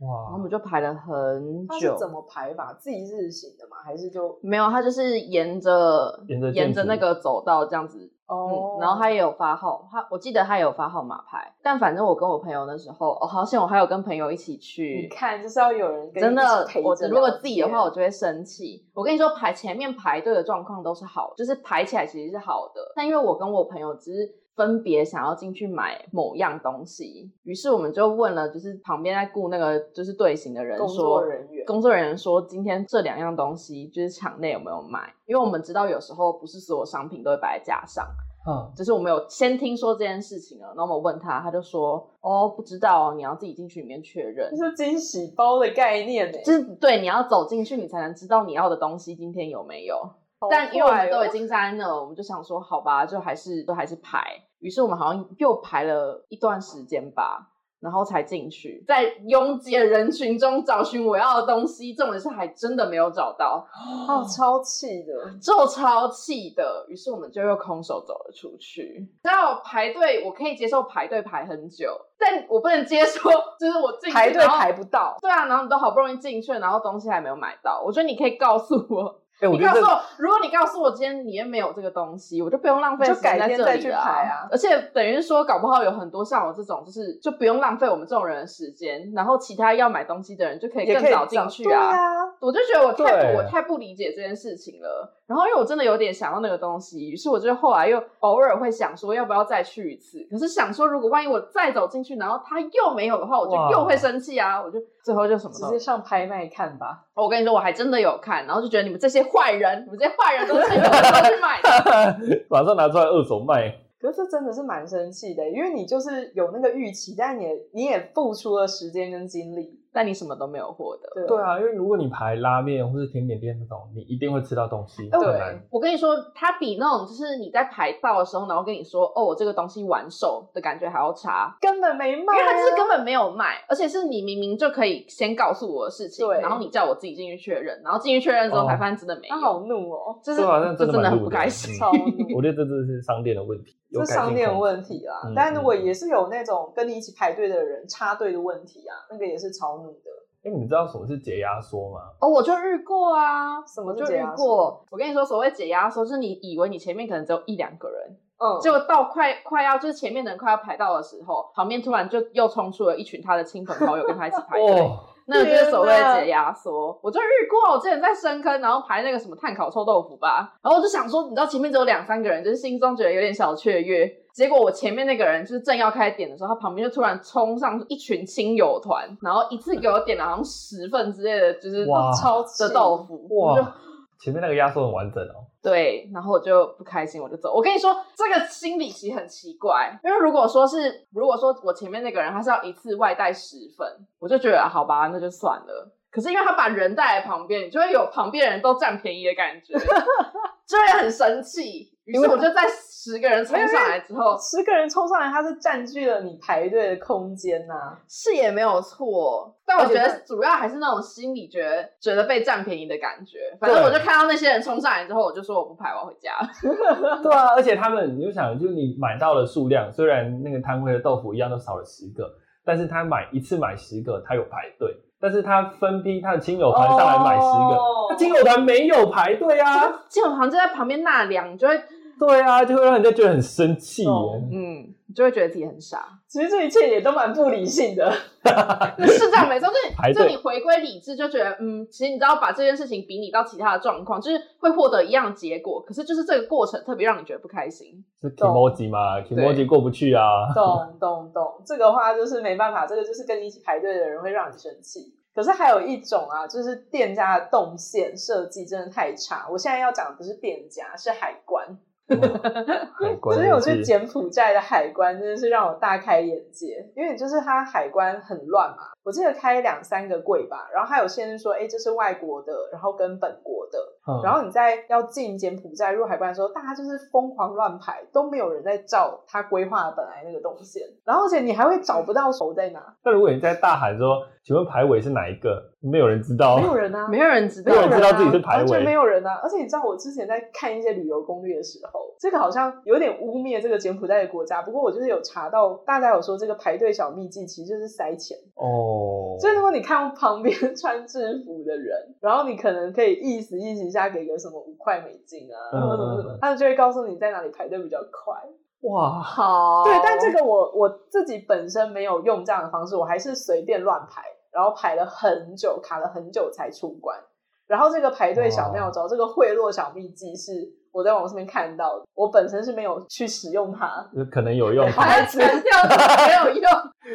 然后
哇，
我们就排了很
它
久
是。怎么排法？自己日行的吗？还是就
没有，他就是沿着
沿着建
沿着
筑
那个走道这样子
哦、
嗯，然后他也有发号，他我记得他也有发号码牌，但反正我跟我朋友那时候，哦，好险我还有跟朋友一起
你
去，
看，就是要有人跟
真的
你一起陪，着
我如果
聊
自己的话，
天
我就会生气。我跟你说，排前面排队的状况都是好，就是排起来其实是好的，但因为我跟我朋友只是。分别想要进去买某样东西，于是我们就问了，就是旁边在雇那个就是队形的人说，
工作人员
工作人员说，今天这两样东西就是场内有没有卖？因为我们知道有时候不是所有商品都会摆在架上，
嗯，
就是我们有先听说这件事情了，然后我们问他，他就说哦不知道哦，你要自己进去里面确认
这，是惊喜包的概念呢、
就是对你要走进去，你才能知道你要的东西今天有没有。
好
但因为我
坏
们
哦
都已经在那了，我们就想说好吧，就还是就还是排，于是我们好像又排了一段时间吧。然后才进去，在拥挤的人群中找寻我要的东西，重点是还真的没有找到，
哦，超气的，
就超气的，于是我们就又空手走了出去。要排队，我可以接受排队排很久，但我不能接受，就是我进去
排队
然后
排不到。
对啊，然后你都好不容易进去了，然后东西还没有买到，我觉得你可以告诉我，
哎、我
你
觉
告
得
诉
这
我，如果你告诉我今天里面没有这个东西，我就不用浪费
就
时间
改
在
天
这
再
里
去
了、
排啊
而且等于是说，搞不好有很多像我这种，就是就不用浪费我们这种人的时间，然后其他要买东西的人就可以
也
更
可以
早进
找
去
对
啊。
啊，
我就觉得我太
对
不我太不理解这件事情了。然后因为我真的有点想要那个东西，于是我就后来又偶尔会想说要不要再去一次。可是想说如果万一我再走进去，然后他又没有的话，我就
哇
又会生气啊！我就最后就什么
直
都哦
接上拍卖看吧。
我跟你说，我还真的有看，然后就觉得你们这些坏人，你们这些坏人都是趁着我去买的。
马上拿出来二手卖，
可是这真的是蛮生气的，因为你就是有那个预期，但你也你也付出了时间跟精力，
但你什么都没有获得。
对
对啊，因为如果你排拉面或是甜点店那种，你一定会吃到东西，
哎
很
我
难。
我跟你说，它比那种就是你在排到的时候，然后跟你说哦，我这个东西完售的感觉还要差，
根本没卖、
因
啊，
为它就是根本没有卖，而且是你明明就可以先告诉我的事情，
对
然后你叫我自己进去确认，然后进去确认之后
哦
才发现真的没有，
他好怒哦，
就是
对啊那
这
真的蛮
很
路
不
的嗯
开 心。
超怒。
我觉得这真的是商店的问题，有
这
改进
商店
空间
问题啦，
嗯
但如果
嗯
也是有那种跟你一起排队的人插队的问题啊，那个也是超怒的。
哎、你们知道什么是解压缩吗？
哦，我就遇过啊，
什么
我
是
就
解
遇
压缩？
过。我跟你说，所谓解压缩，就是你以为你前面可能只有一两个人，
嗯，
结果到快快要就是前面的人快要排到的时候，旁边突然就又冲出了一群他的亲朋好友跟他一起排队。
哦，
那个就是所谓
天哪
的解压缩。我就遇过，我之前在深坑，然后排那个什么碳烤臭豆腐吧，然后我就想说，你知道前面只有两三个人，就是心中觉得有点小雀跃。结果我前面那个人就是正要开始点的时候，他旁边就突然冲上一群亲友团，然后一次给我点了好像十份之类的，就是
哇
超
的
气
豆腐，我就
哇，前面那个压缩很完整哦。
对，然后我就不开心，我就走。我跟你说，这个心理其实很奇怪，因为如果说是，如果说我前面那个人他是要一次外带十份，我就觉得好吧，那就算了。可是因为他把人带来旁边，你就会有旁边人都占便宜的感觉， 就会很生气。于是我就在十个人冲上来之后，
十个人冲上来，他是占据了你排队的空间呐、
是也没有错，但我觉
而且
得主要还是那种心理觉得觉得被占便宜的感觉。反正我就看到那些人冲上来之后，我就说我不排，我要回家。
对啊，而且他们，你就想，就是你买到的数量，虽然那个摊位的豆腐一样都少了十个，但是他买一次买十个，他有排队，但是他分批哦他的亲友团上来买十
哦
个，那亲友团没有排队啊，
结果好像就在旁边纳凉，你就会
对啊，就会让人家觉得很生气耶。
哦
嗯，你就会觉得自己很傻。
其实这一切也都蛮不理性 的。
是这样没错，
排
就
队
就你回归理智，就觉得嗯，其实你知道把这件事情比拟到其他的状况，就是会获得一样的结果，可是就是这个过程特别让你觉得不开心。
是 emoji 嘛，emoji 过不去啊。
懂懂懂，这个话就是没办法，这个就是跟你一起排队的人会让你生气。可是还有一种啊，就是店家的动线设计真的太差。我现在要讲的不是店家，是海关。
海关
所以我
真
去
的是
柬埔寨的海关真的是让我大开眼界，因为就是它海关很乱嘛，我记得开两三个柜吧，然后还有先说，哎，这是外国的，然后跟本国的，
嗯
然后你在要进柬埔寨入海关的时候，大家就是疯狂乱排，都没有人在照他规划的本来那个动线，然后而且你还会找不到手在哪，
那如果你在大喊说，请问排尾是哪一个？没有人知道
没，有人啊，
没有人知道，
哦没有人知道自己是
啊
排
完全没
尾。
有人啊！而且你知道，我之前在看一些旅游攻略的时候，这个好像有点污蔑这个柬埔寨的国家。不过我就是有查到，大家有说这个排队小秘技其实就是塞钱，
哦，
所以如果你看到旁边穿制服的人，然后你可能可以意思意思一下，给个什么五块美金啊，
嗯
然后什么什么，他们就会告诉你在哪里排队比较快。
哇，，
好，
对，但这个我我自己本身没有用这样的方式，我还是随便乱排，然后排了很久，卡了很久才出关。然后这个排队小妙招，这个贿赂小秘籍是我在网上面看到的，我本身是没有去使用它
就可能有用，
我还强调没 有用，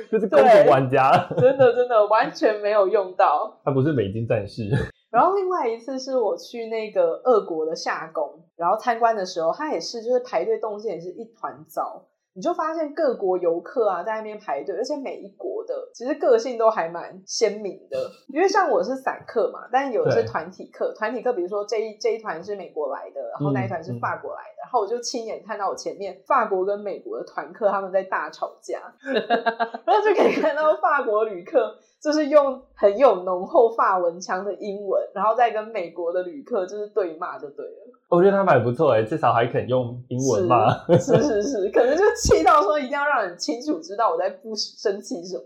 就是公平玩家，
真的真的完全没有用到。
他不是美金战士。
然后另外一次是我去那个俄国的夏宫，然后参观的时候，它也是就是排队动线也是一团糟。你就发现各国游客啊在那边排队，而且每一国的其实个性都还蛮鲜明的。因为像我是散客嘛，但有的是
对
团体客，团体客比如说这一这一团是美国来的，然后那一团是
嗯嗯
法国来的，然后我就亲眼看到我前面法国跟美国的团客他们在大吵 架，然后就可以看到法国旅客就是用很有浓厚法文腔的英文，然后再跟美国的旅客就是对骂就对了。
我觉得他们还不错哎，至少还肯用英文嘛。
是是是，可能就气到说一定要让人清楚知道我在不生气什 么。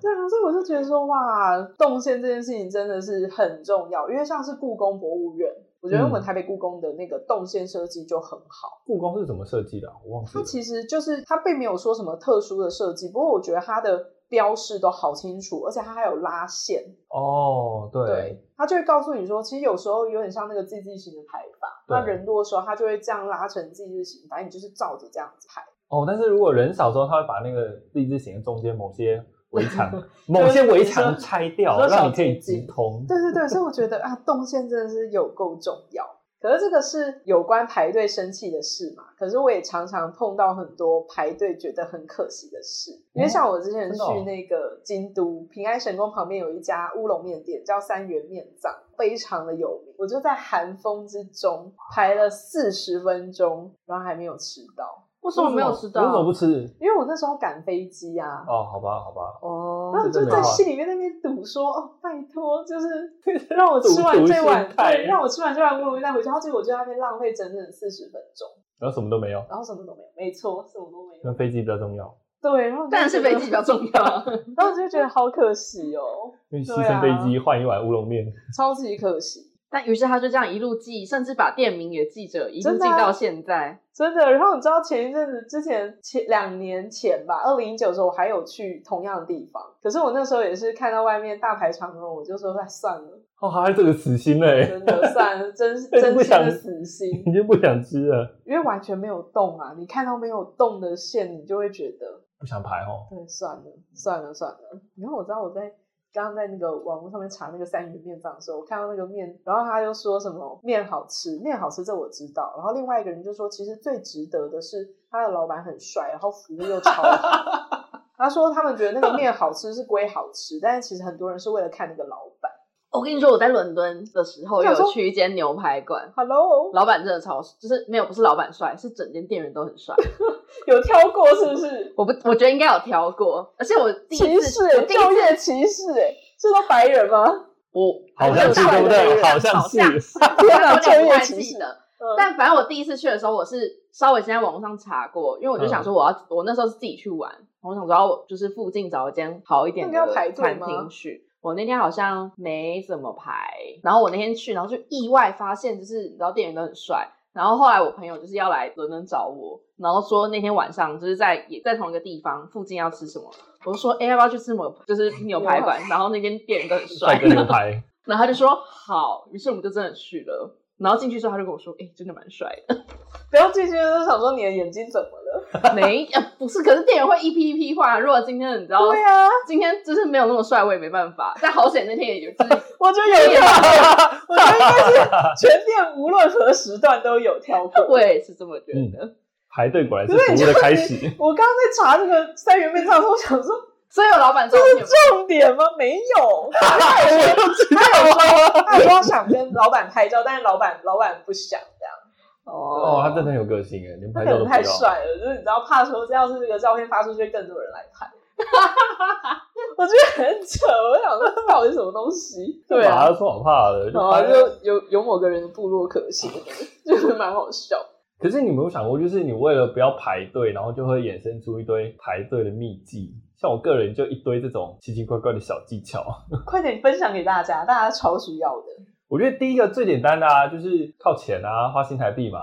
对啊，所以我就觉得说，哇，动线这件事情真的是很重要，因为像是故宫博物院，我觉得我们
嗯
台北故宫的那个动线设计就很好。
故宫是怎么设计的啊？我忘记
它
了。
其实就是它并没有说什么特殊的设计，不过我觉得它的标示都好清楚，而且它还有拉线，
哦，对，
对，它就会告诉你说，其实有时候有点像那个字迹型的排法，那
对
人多的时候，它就会这样拉成字迹型，反正你就是照着这样子排。
哦，但是如果人少的时候，他会把那个地字形的中间某些 围墙、某些围墙拆
你
掉，
说
让你可以
小
直通。
对对对，所以我觉得啊，动线真的是有够重要。可是这个是有关排队生气的事嘛？可是我也常常碰到很多排队觉得很可惜的事，因为像我之前
真
去
的哦
那个京都平安神宫旁边有一家乌龙面店，叫三元面藏，非常的有名。我就在寒风之中排了四十分钟，然后还没有吃到，
为什么没有吃到？
为什么不吃？
因为我那时候赶飞机啊。
哦，好吧，好吧，
哦
然后
这
我就
真
在
的好
心里面那边赌说，哦，拜托，就是 让我吃完
赌
这碗
心，态
对，让我吃完这碗乌龙面再回去。然后结果我就在那边浪费整整四十分钟，
然后什么都没有，
然后什么都没有，没错，什么都没
那
有。
飞机比较重要，
对，然后
但是飞机比较重要。
要，然后我就觉得好可惜哦，
因为牺牲飞机换一碗乌龙面，
超级可惜，
但于是他就这样一路记，甚至把店名也记着，一路
真
记
的啊
到现在。
真的。然后你知道前一阵子之前前两年前吧，二零一九的时候我还有去同样的地方，可是我那时候也是看到外面大排长龙，我就说哎算了，
哦，还有这个死心嘞，
真的算了，真 是真
不
心的
想
死心。
你就不想吃了，
因为完全没有动啊，你看到没有动的线，你就会觉得，
不想排哦。
对，算了，算了，算了。然后我知道我在刚刚在那个网络上面查那个三元面酱的时候，我看到那个面，然后他就说什么面好吃，面好吃，这我知道。然后另外一个人就说，其实最值得的是他的老板很帅，然后服务又超好。 他说他们觉得那个面好吃是归好吃，但是其实很多人是为了看那个老板。
我跟你说，我在伦敦的时候
我想说
有去一间牛排馆，
Hello，
老板真的超，就是没有不是老板帅，是整间店员都很帅。
有挑过是不是？
我不，我觉得应该有挑过，而且我第一
歧
次，
视、
我
欸，
第一次
就业歧视、欸，哎，这都白人吗？
我
好像是
我
对不对
好
好
像
像
是
是，
天哪
我有点不太
就业歧
记
视
得。
嗯
但反正我第一次去的时候，我是稍微先在网络上查过，因为我就
嗯
想说我要，我那时候是自己去玩，我想说要就是附近找一间好一点
那个
的
要排队
餐
吗
厅去。我那天好像没怎么排，然后我那天去，然后就意外发现，就是你知道店员都很帅。然后后来我朋友就是要来伦敦找我，然后说那天晚上就是在也在同一个地方附近要吃什么，我就说哎、要不要去吃某就是牛排馆，然后那间店员都很帅，
帅哥 牛排，
然后他就说好，于是我们就真的去了。然后进去之后，他就跟我说：“哎、真的蛮帅的。
不要进去就想说你的眼睛怎么了？”
没、呃，不是，可是店员会一批一批换。如果今天你知道，
对啊，
今天就是没有那么帅，我也没办法。但好险那天也有，就是
我就有挑过，我觉得应该是全店无论何时段都有挑过。
我也是这么觉得。
排队果然是服务的开始。
我刚刚在查这个三元面罩的时候，我想说
所以我老板照 片
重点吗？没有，他有说他有说他想跟老板拍照，但是老板老板不想这样，
哦，他
哦，
真的很有个性哎，连
他
拍
可
照
能
都不
太
要。
帅了，就是你知道，怕说要是这个照片发出去，更多人来拍。我觉得很扯，我想说到底是什么东西？对啊，
他说好怕的，就
好啊，
拍啊
哦
就有有某个人的部落可 信，就是蛮好笑。
可是你有没有想过，就是你为了不要排队，然后就会衍生出一堆排队的秘技。像我个人就一堆这种奇奇怪怪的小技巧。
快点分享给大家，大家超需要的。
我觉得第一个最简单的啊，就是靠钱啊，花新台币嘛。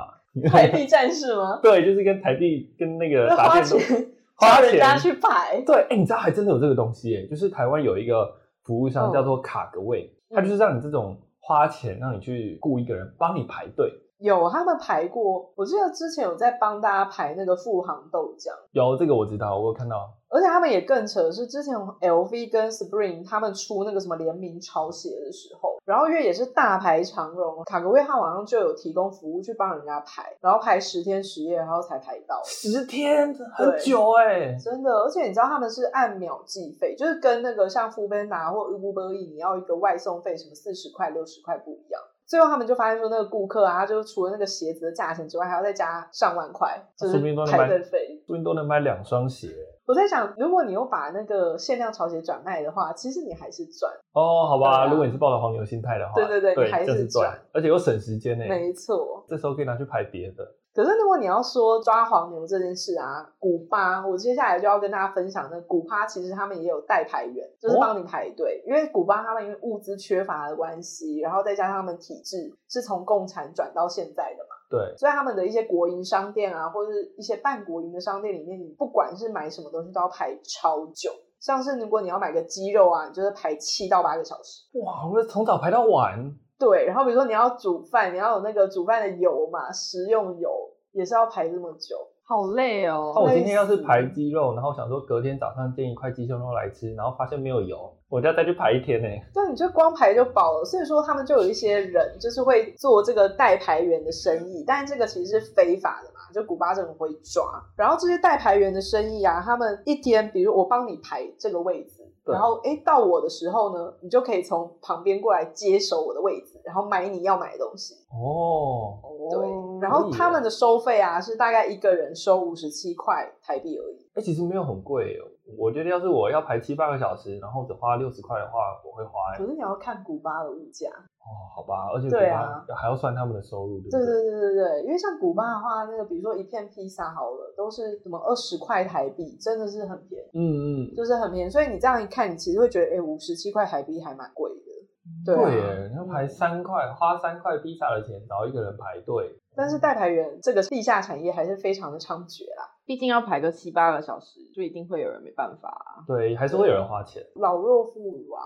排币战士吗？
对，就是跟台币跟那个
那
打
花
电动
钱
花
叫
钱
人家去排，
对，哎、你知道还真的有这个东西耶，就是台湾有一个服务商
嗯
叫做卡格位，
嗯
它就是让你这种花钱让你去雇一个人帮你排队。
有他们排过。我记得之前有在帮大家排那个富航豆浆，
有这个我知道，我有看到。
而且他们也更扯的是，之前 LV 跟 Spring 他们出那个什么联名潮鞋的时候，然后因为也是大排长龙，卡格威他好像就有提供服务去帮人家排，然后排十天十夜，然后才排到。
十天很
对
久哎，
真的，而且你知道他们是按秒计费，就是跟那个像 f o o p a n d a 或 Uber E 你要一个外送费什么四十块、六十块不一样。最后他们就发现说，那个顾客啊，他就除了那个鞋子的价钱之外，还要再加上万块，就
说不定都
是
能
排
买
队费。
最近都能买两双鞋
我在想，如果你又把那个限量潮鞋转卖的话，其实你还是赚，
哦。好吧，
对啊
如果你是抱着黄牛心态的话，
对对对
对，
你还是
这样子赚
赚，
而且又省时间呢。
没错。
这时候可以拿去排别的。
可是如果你要说抓黄牛这件事啊，古巴，我接下来就要跟大家分享那古巴，其实他们也有代排员，就是
哦
帮你排队，因为古巴他们因为物资缺乏的关系，然后再加上他们体制是从共产转到现在的嘛，
对，
所以他们的一些国营商店啊，或者是一些半国营的商店里面，你不管是买什么东西都要排超久。像是如果你要买个鸡肉啊，你就是排七到八个小时。
哇，我从早排到晚，
对，然后比如说你要煮饭，你要有那个煮饭的油嘛，食用油也是要排这么久。
好累
那
哦。
我今天要是排鸡肉，然后想说隔天早上煎一块鸡胸肉来吃，然后发现没有油，我就要再去排一天呢、
对，你就光排就饱了。所以说，他们就有一些人就是会做这个代排员的生意，但这个其实是非法的嘛，就古巴政府会抓。然后这些代排员的生意啊，他们一天，比如我帮你排这个位置，
对
然后诶到我的时候呢，你就可以从旁边过来接手我的位置，然后买你要买的东西。
哦，
对，然
可
后
以耶
他们的收费啊是大概一个人收五十七块台币而已。
哎、其实没有很贵耶。我觉得要是我要排七八个小时，然后只花六十块的话，我会花耶。
可是你要看古巴的物价，
哦，好吧，而且
嗯对
国
啊
家还要算他们的收入，对
对
不对？
对对对对，因为像古巴的话，那个比如说一片披萨好了，都是什么二十块台币，真的是很便宜，
嗯嗯，
就是很便宜。所以你这样一看，你其实会觉得，哎，五十七块台币还蛮贵的。对啊
嗯对耶，要排三块，花三块披萨的钱，然后一个人排队。
但是代排员这个地下产业还是非常的猖獗啦。
毕竟要排个七八个小时，就一定会有人没办法啊。
对，还是会有人花钱。
老弱妇孺啊，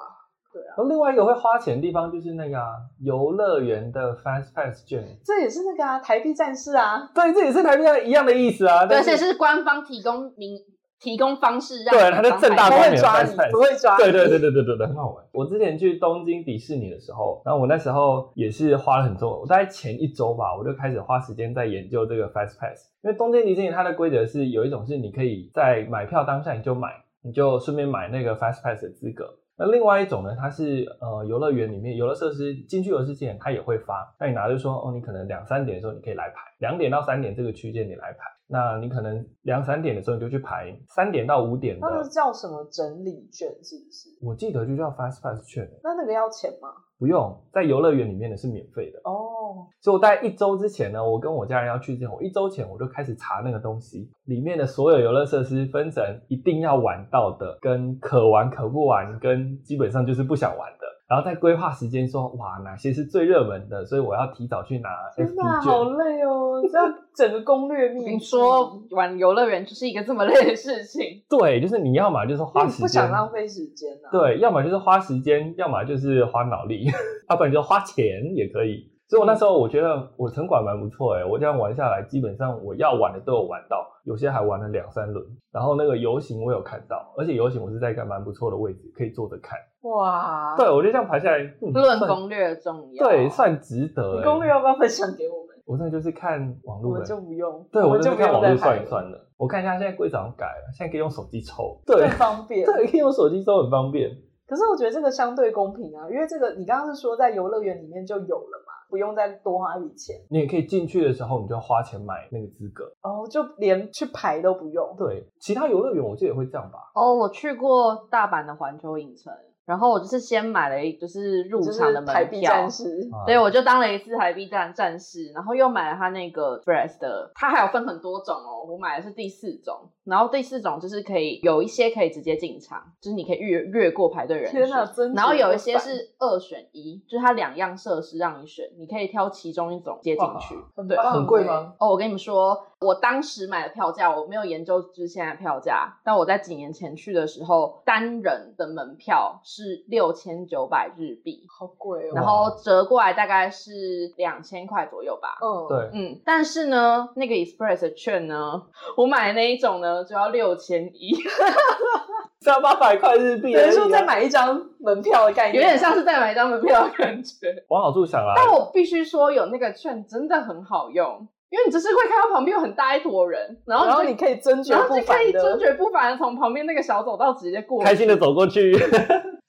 然后另外一个会花钱的地方就是那个啊，游乐园的 Fast Pass 券，
这也是那个啊，台币战士啊，
对，这也是台币上一样的意思啊。
对，
但
而且是官方提供名提供方式让
对他在
你
正大
不
帮排
会
光明
队
抓
的
你
fans，
不会抓你。
对对对对对对对，很好玩。我之前去东京迪士尼的时候，然后我那时候也是花了很多，我大概前一周吧，我就开始花时间在研究这个 Fast Pass，因为东京迪士尼它的规则是有一种是你可以在买票当下你就买，你就顺便买那个 Fast Pass 的资格。那另外一种呢，它是呃游乐园里面游乐设施进去游乐之前，它也会发。那你拿着说哦，你可能两三点的时候你可以来排，两点到三点这个区间你来排。那你可能两三点的时候你就去排，三点到五点的
那，个叫什么整理券是不是？
我记得就叫 Fast Pass 券。
那那个要钱吗？
不用，在游乐园里面的是免费的。
哦，
所以我在一周之前呢，我跟我家人要去之前，我一周前我就开始查那个东西，里面的所有游乐设施分成一定要玩到的，跟可玩可不玩，跟基本上就是不想玩的。然后再规划时间说，哇，哪些是最热门的，所以我要提早去拿
天哪，
FP
好
券。
累哦，这样整个攻略
嗯
秘籍。
你说玩游乐园就是一个这么累的事 情，
对，就是你要嘛就是
因
花
为你
时
不想
间，
浪费时间啊。
对，要么就是花时间，要么就是花脑力， 要不然就花钱也可以。所以我那时候我觉得我城管蛮不错诶、我这样玩下来，基本上我要玩的都有玩到，有些还玩了两三轮。然后那个游行我有看到，而且游行我是在一个蛮不错的位置，可以坐着看。
哇，
对，我就这样排下来，嗯、
论
算
攻略重要。
对算值得、
啊你
欸。
攻略要不要分享给我们？
我真的就是看网
我
络
们
的，
就不用，
对
我
我
们
就
就
是
不
看
用
网络
再
算
排
一
了，
算了。我看一下现在规则好像改了，现在可以用手机抽，对
更方便。
对，可以用手机抽，很方便。
可是我觉得这个相对公平啊，因为这个你刚刚是说在游乐园里面就有了嘛，不用再多花一笔钱
你也可以进去的时候，你就要花钱买那个资格。
哦，就连去排都不用。
对，其他游乐园我记得也会这样吧。
哦，我去过大阪的环球影城，然后我就是先买了一就是入
就是
场的
台
门
币
票
战。士，
啊
对，我就当了一次海币战战士，然后又买了他那个 dress 的，它还有分很多种哦。我买的是第四种，然后第四种就是可以有一些可以直接进场，就是你可以越越过排队人
天哪，
数。
真
然后有一
觉
些
得
是二选一，就是它两样设施让你选，你可以挑其中一种接进去。
很
对
棒
很贵
欸
吗？
哦，我跟你们说，我当时买的票价，我没有研究就是现在的票价，但我在几年前去的时候，单人的门票是六千九百日币，
好贵哦。
然后折过来大概是两千块左右吧。
嗯，
对，
嗯，但是呢，那个 Express 的券呢，我买的那一种呢，就要六千一，
三八百块日币而已啊，
等于说再买一张门票的概念，
有点像是再买一张门票的感觉。
往好处想啊。
但我必须说，有那个券真的很好用，因为你就是会看到旁边有很大一坨人，然后
然后
就
你可以尊爵
然后
不
就可
凡
以
的
尊，爵不凡的从旁边那个小走道直接过去，
开心的走过去，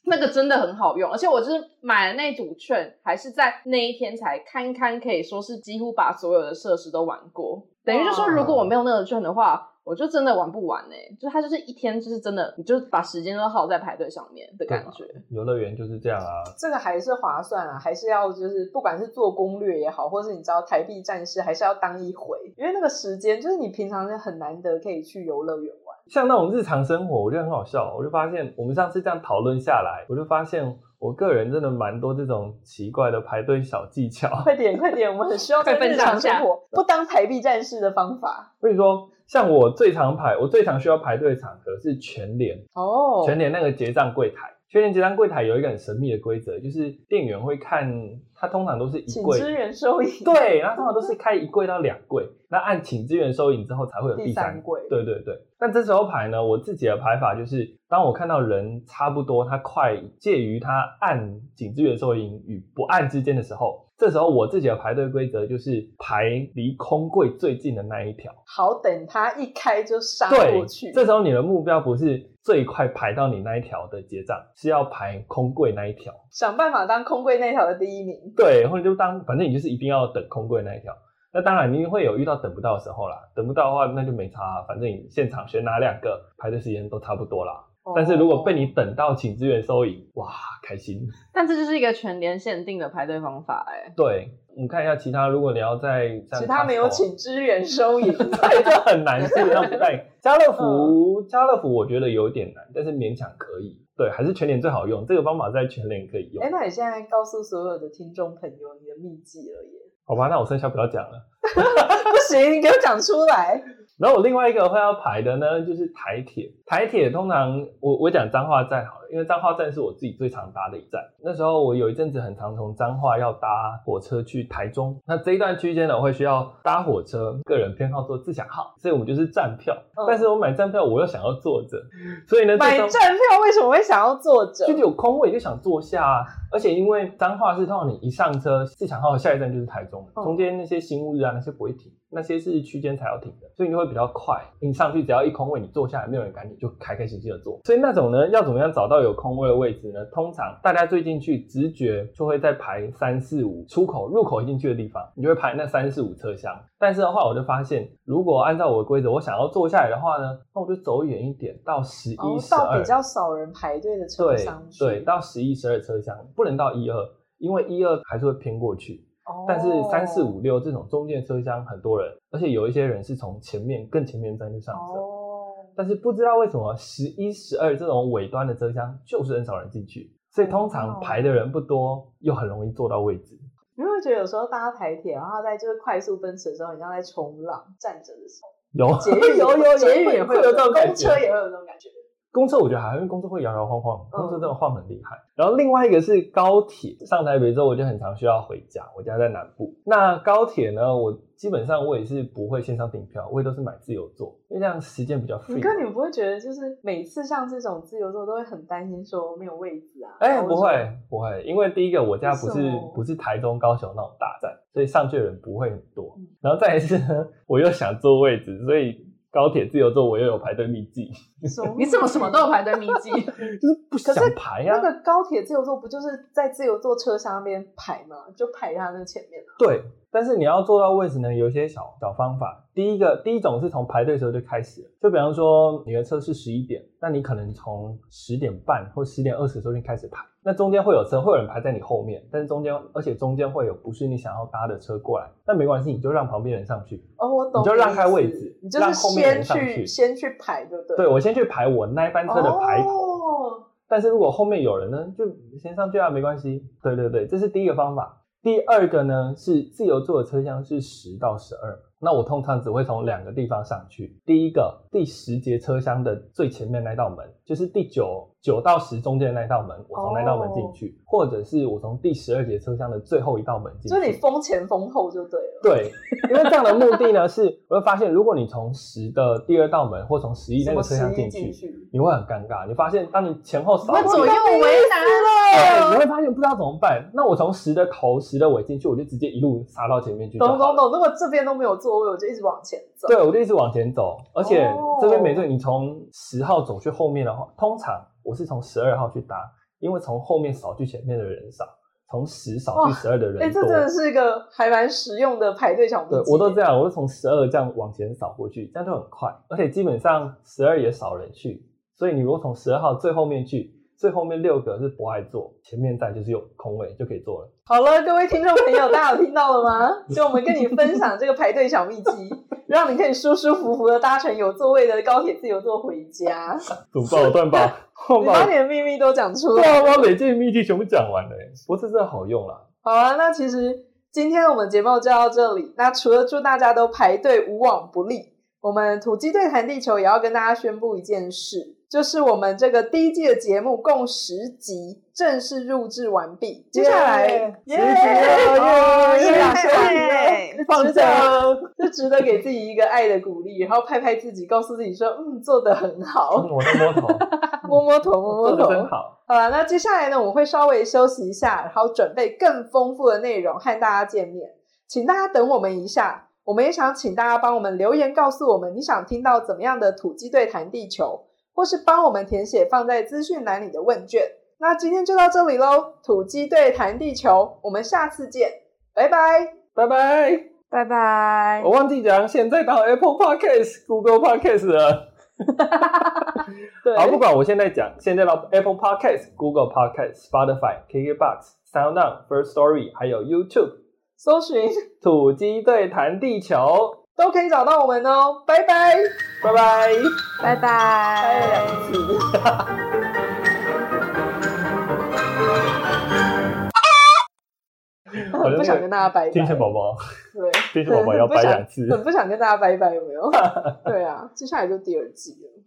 那个真的很好用，而且我就是买了那组券，还是在那一天才堪堪可以说是几乎把所有的设施都玩过。等于就说，
哇
如果我没有那个券的话，我就真的玩不完呢、欸就是它就是一天，就是真的，你就把时间都耗在排队上面的
啊
感觉。
游乐园就是这样啊。
这个还是划算啊，还是要就是不管是做攻略也好，或是你知道台币战士，还是要当一回，因为那个时间就是你平常是很难得可以去游乐园玩。
像那种日常生活，我觉得很好笑。哦我就发现，我们上次这样讨论下来，我就发现我个人真的蛮多这种奇怪的排队小技巧。
快点，快点，我们很需要在
快分
日常
享一下
生活不当台币战士的方法
所以说，像我最常排，我最常需要排队的场合是全联，
哦
全联那个结账柜台。确认结账柜台有一个很神秘的规则，就是店员会看，他通常都是一
请
柜，
支援收银，
对，然后通常都是开一柜到两柜，那按请支援收银之后才会有
第
第
三
三
柜，
对对对，那这时候排呢，我自己的排法就是，当我看到人差不多，他快介于他按紧致元收银与不按之间的时候，这时候我自己的排队规则就是排离空柜最近的那一条。
好等他一开就杀
对
过去，，
这时候你的目标不是最快排到你那一条的结账，是要排空柜那一条。
想办法当空柜那条的第一名。
对，或者就当反正你就是一定要等空柜那一条。那当然，你会有遇到等不到的时候啦。等不到的话，那就没差啊、反正你现场选哪两个，排队时间都差不多啦。
哦
但是如果被你等到请支援收银，哇，开心！
哦但这就是一个全年限定的排队方法、哎，
对，我们看一下其他，如果你要在
其他没有，请支援收银，
对，就很难，基本上不在。家乐
嗯
福，家乐福我觉得有点难，但是勉强可以。对，还是全脸最好用，这个方法在全脸可以用
哎、。那你现在告诉所有的听众朋友你的秘籍了耶？
好吧，那我剩下不要讲了。
不行，你给我讲出 来。
然后我另外一个会要排的呢，就是台铁。台铁通常我我讲彰化站好了，因为彰化站是我自己最常搭的一站。那时候我有一阵子很常从彰化要搭火车去台中，那这一段区间呢，我会需要搭火车，个人偏好坐自享号，所以我们就是站票。
嗯
但是我买站票，我又想要坐着，所以呢，
买
这时候
站票为什么会想要坐着
就？有空位就想坐 下啊。而且因为彰化是通常你一上车，自强号下一站就是台中了，
嗯
中间那些新屋日啊那些不会停，那些是区间才要停的，所以你就会比较快。你上去只要一空位，你坐下来没有人赶你，就开开心心的坐。所以那种呢，要怎么样找到有空位的位置呢？通常大家最进去直觉就会在排三四五出口入口一进去的地方，你就会排那三四五车厢。但是的话，我就发现，如果按照我的规则，我想要坐下来的话呢，那我就走远一点，到十
哦
一、十
到
二
比。较少人排队的车
对
厢去。
对，到十一、十二车厢不能到一二，因为一二还是会偏过去。
哦
但是三四五六这种中间车厢很多人，而且有一些人是从前面更前面站去上车。
哦，
但是不知道为什么十一、十二这种尾端的车厢就是很少人进去，所以通
哦
常排的人不多，又很容易坐到位置。
你会觉得有时候搭台铁，然后在就是快速奔驰的时候，你像在冲浪站着的时候，
有
捷运
有有有
捷运也会
会有这种感觉
公车也会有这种感觉。
公车我觉得还好，因为公车会摇摇晃
嗯
晃，公车真的晃很厉害。然后另外一个是高铁，上台北之后我就很常需要回家，我家在南部。那高铁呢，我基本上我也是不会线上订票，我也都是买自由座，因为这样时间比较
你哥，你
free。
们不会觉得就是每次像这种自由座都会很担心说没有位置啊？
哎、
然后
不
就
会不会，因为第一个我家不
为
是
什么
不是台中、高雄那种大站，所以上去的人不会很多
嗯。
然后再来是呢，我又想坐位置，所以高铁自由座我又有排队秘籍，
什
哦
么
你怎么什么都有排队秘 籍？
就是不想排啊呀、
那个高铁自由座不就是在自由座车厢那边排吗？就排他那前面啊。
对，但是你要做到位置呢，有一些小小方法。第一个，第一种是从排队的时候就开始了，就比方说你的车是十一点，那你可能从十点半或十点二十的时候就开始排。那中间会有车，会有人排在你后面，但是中间，而且中间会有不是你想要搭的车过来，那没关系，你就让旁边人上去。
哦，我懂，
你就让开位置
你就是
让后面
先
人上去
先去排，对不对？
对，我先去排我那一班车的排头，
哦
但是如果后面有人呢，就先上去啊，没关系。对对对，这是第一个方法。第二个呢是自由座的车厢是十到十二，那我通常只会从两个地方上去。第一个，第十节车厢的最前面那道门，就是第九九到十中间的那道门，我从那道门进
哦
去，或者是我从第十二节车厢的最后一道门进去。
就是你封前封后就对了。
对，因为这样的目的呢，是 我会发现，如果你从十的第二道门或从十一
什
那
么
个车厢
十一
进
进
去，
去，
你会很尴尬。你发现，当你前后扫
会
过
左右为
哎
难啊
对，你会发现不知道怎么办。那我从十的头、十的尾进去，我就直接一路杀到前面去就好
懂
了。
懂懂。如果这边都没有座位，我就一直往前走。
对，我就一直往前走，而且
哦
这边没对，你从十号走去后面的话，通常我是从十二号去搭，因为从后面扫去前面的人少，从十扫去十二的
哎、
人
这
多。
真的是一个还蛮实用的排队小秘籍。
对，我都这样，我就从十二这样往前扫过去，这样就很快，而且基本上十二也少人去，所以你如果从十二号最后面去，最后面六个是不爱坐，前面站就是有空位就可以坐了。
好了，各位听众朋友，大家有听到了吗？就我们跟你分享这个排队小秘籍， 让你可以舒舒服服的搭乘有座位的高铁自由座回家。
怎么办？我断吧，我
你
把
把你的秘密都讲出
对
来。
啊，我把累积的秘籍全部讲完了耶，不是真的好用啦。
好啊，那其实今天我们节目就到这里。那除了祝大家都排队无往不利，我们土鸡队谈地球也要跟大家宣布一件事，就是我们这个第一季的节目共十集正式录制完毕，接下来
耶
耶
哦
耶
耶
啊
耶
耶
耶
放
值得，就值得给自己一个爱的鼓励，然后拍拍自己，告诉自己说，嗯，做得很 好，
我的摸头，
摸摸头，摸摸
做的
头
真。好，
好了，那接下来呢，我们会稍微休息一下，然后准备更丰富的内容和大家见面，请大家等我们一下。我们也想请大家帮我们留言，告诉我们你想听到怎么样的土鸡对谈地球，或是帮我们填写放在资讯栏里的问卷。那今天就到这里喽，土鸡对谈地球，我们下次见，拜拜。
拜拜。
拜拜
我。忘记讲，现在到 Apple Podcast、Google Podcast 了。
对，
好，不管我现在讲，现在到 Apple Podcast、Google Podcast、Spotify、KKBox、SoundOn、First Story，还有 YouTube
搜寻
土鸡对谈地球。
都可以找到我们哦，拜拜，
拜拜。
拜
拜
拜
了两次。
我
哦很不想跟大家拜拜。
天线宝宝，
对，
天线宝宝要
很不
掰
想
两次。
很不想跟大家拜拜，有没有？对啊，接下来就第二季了。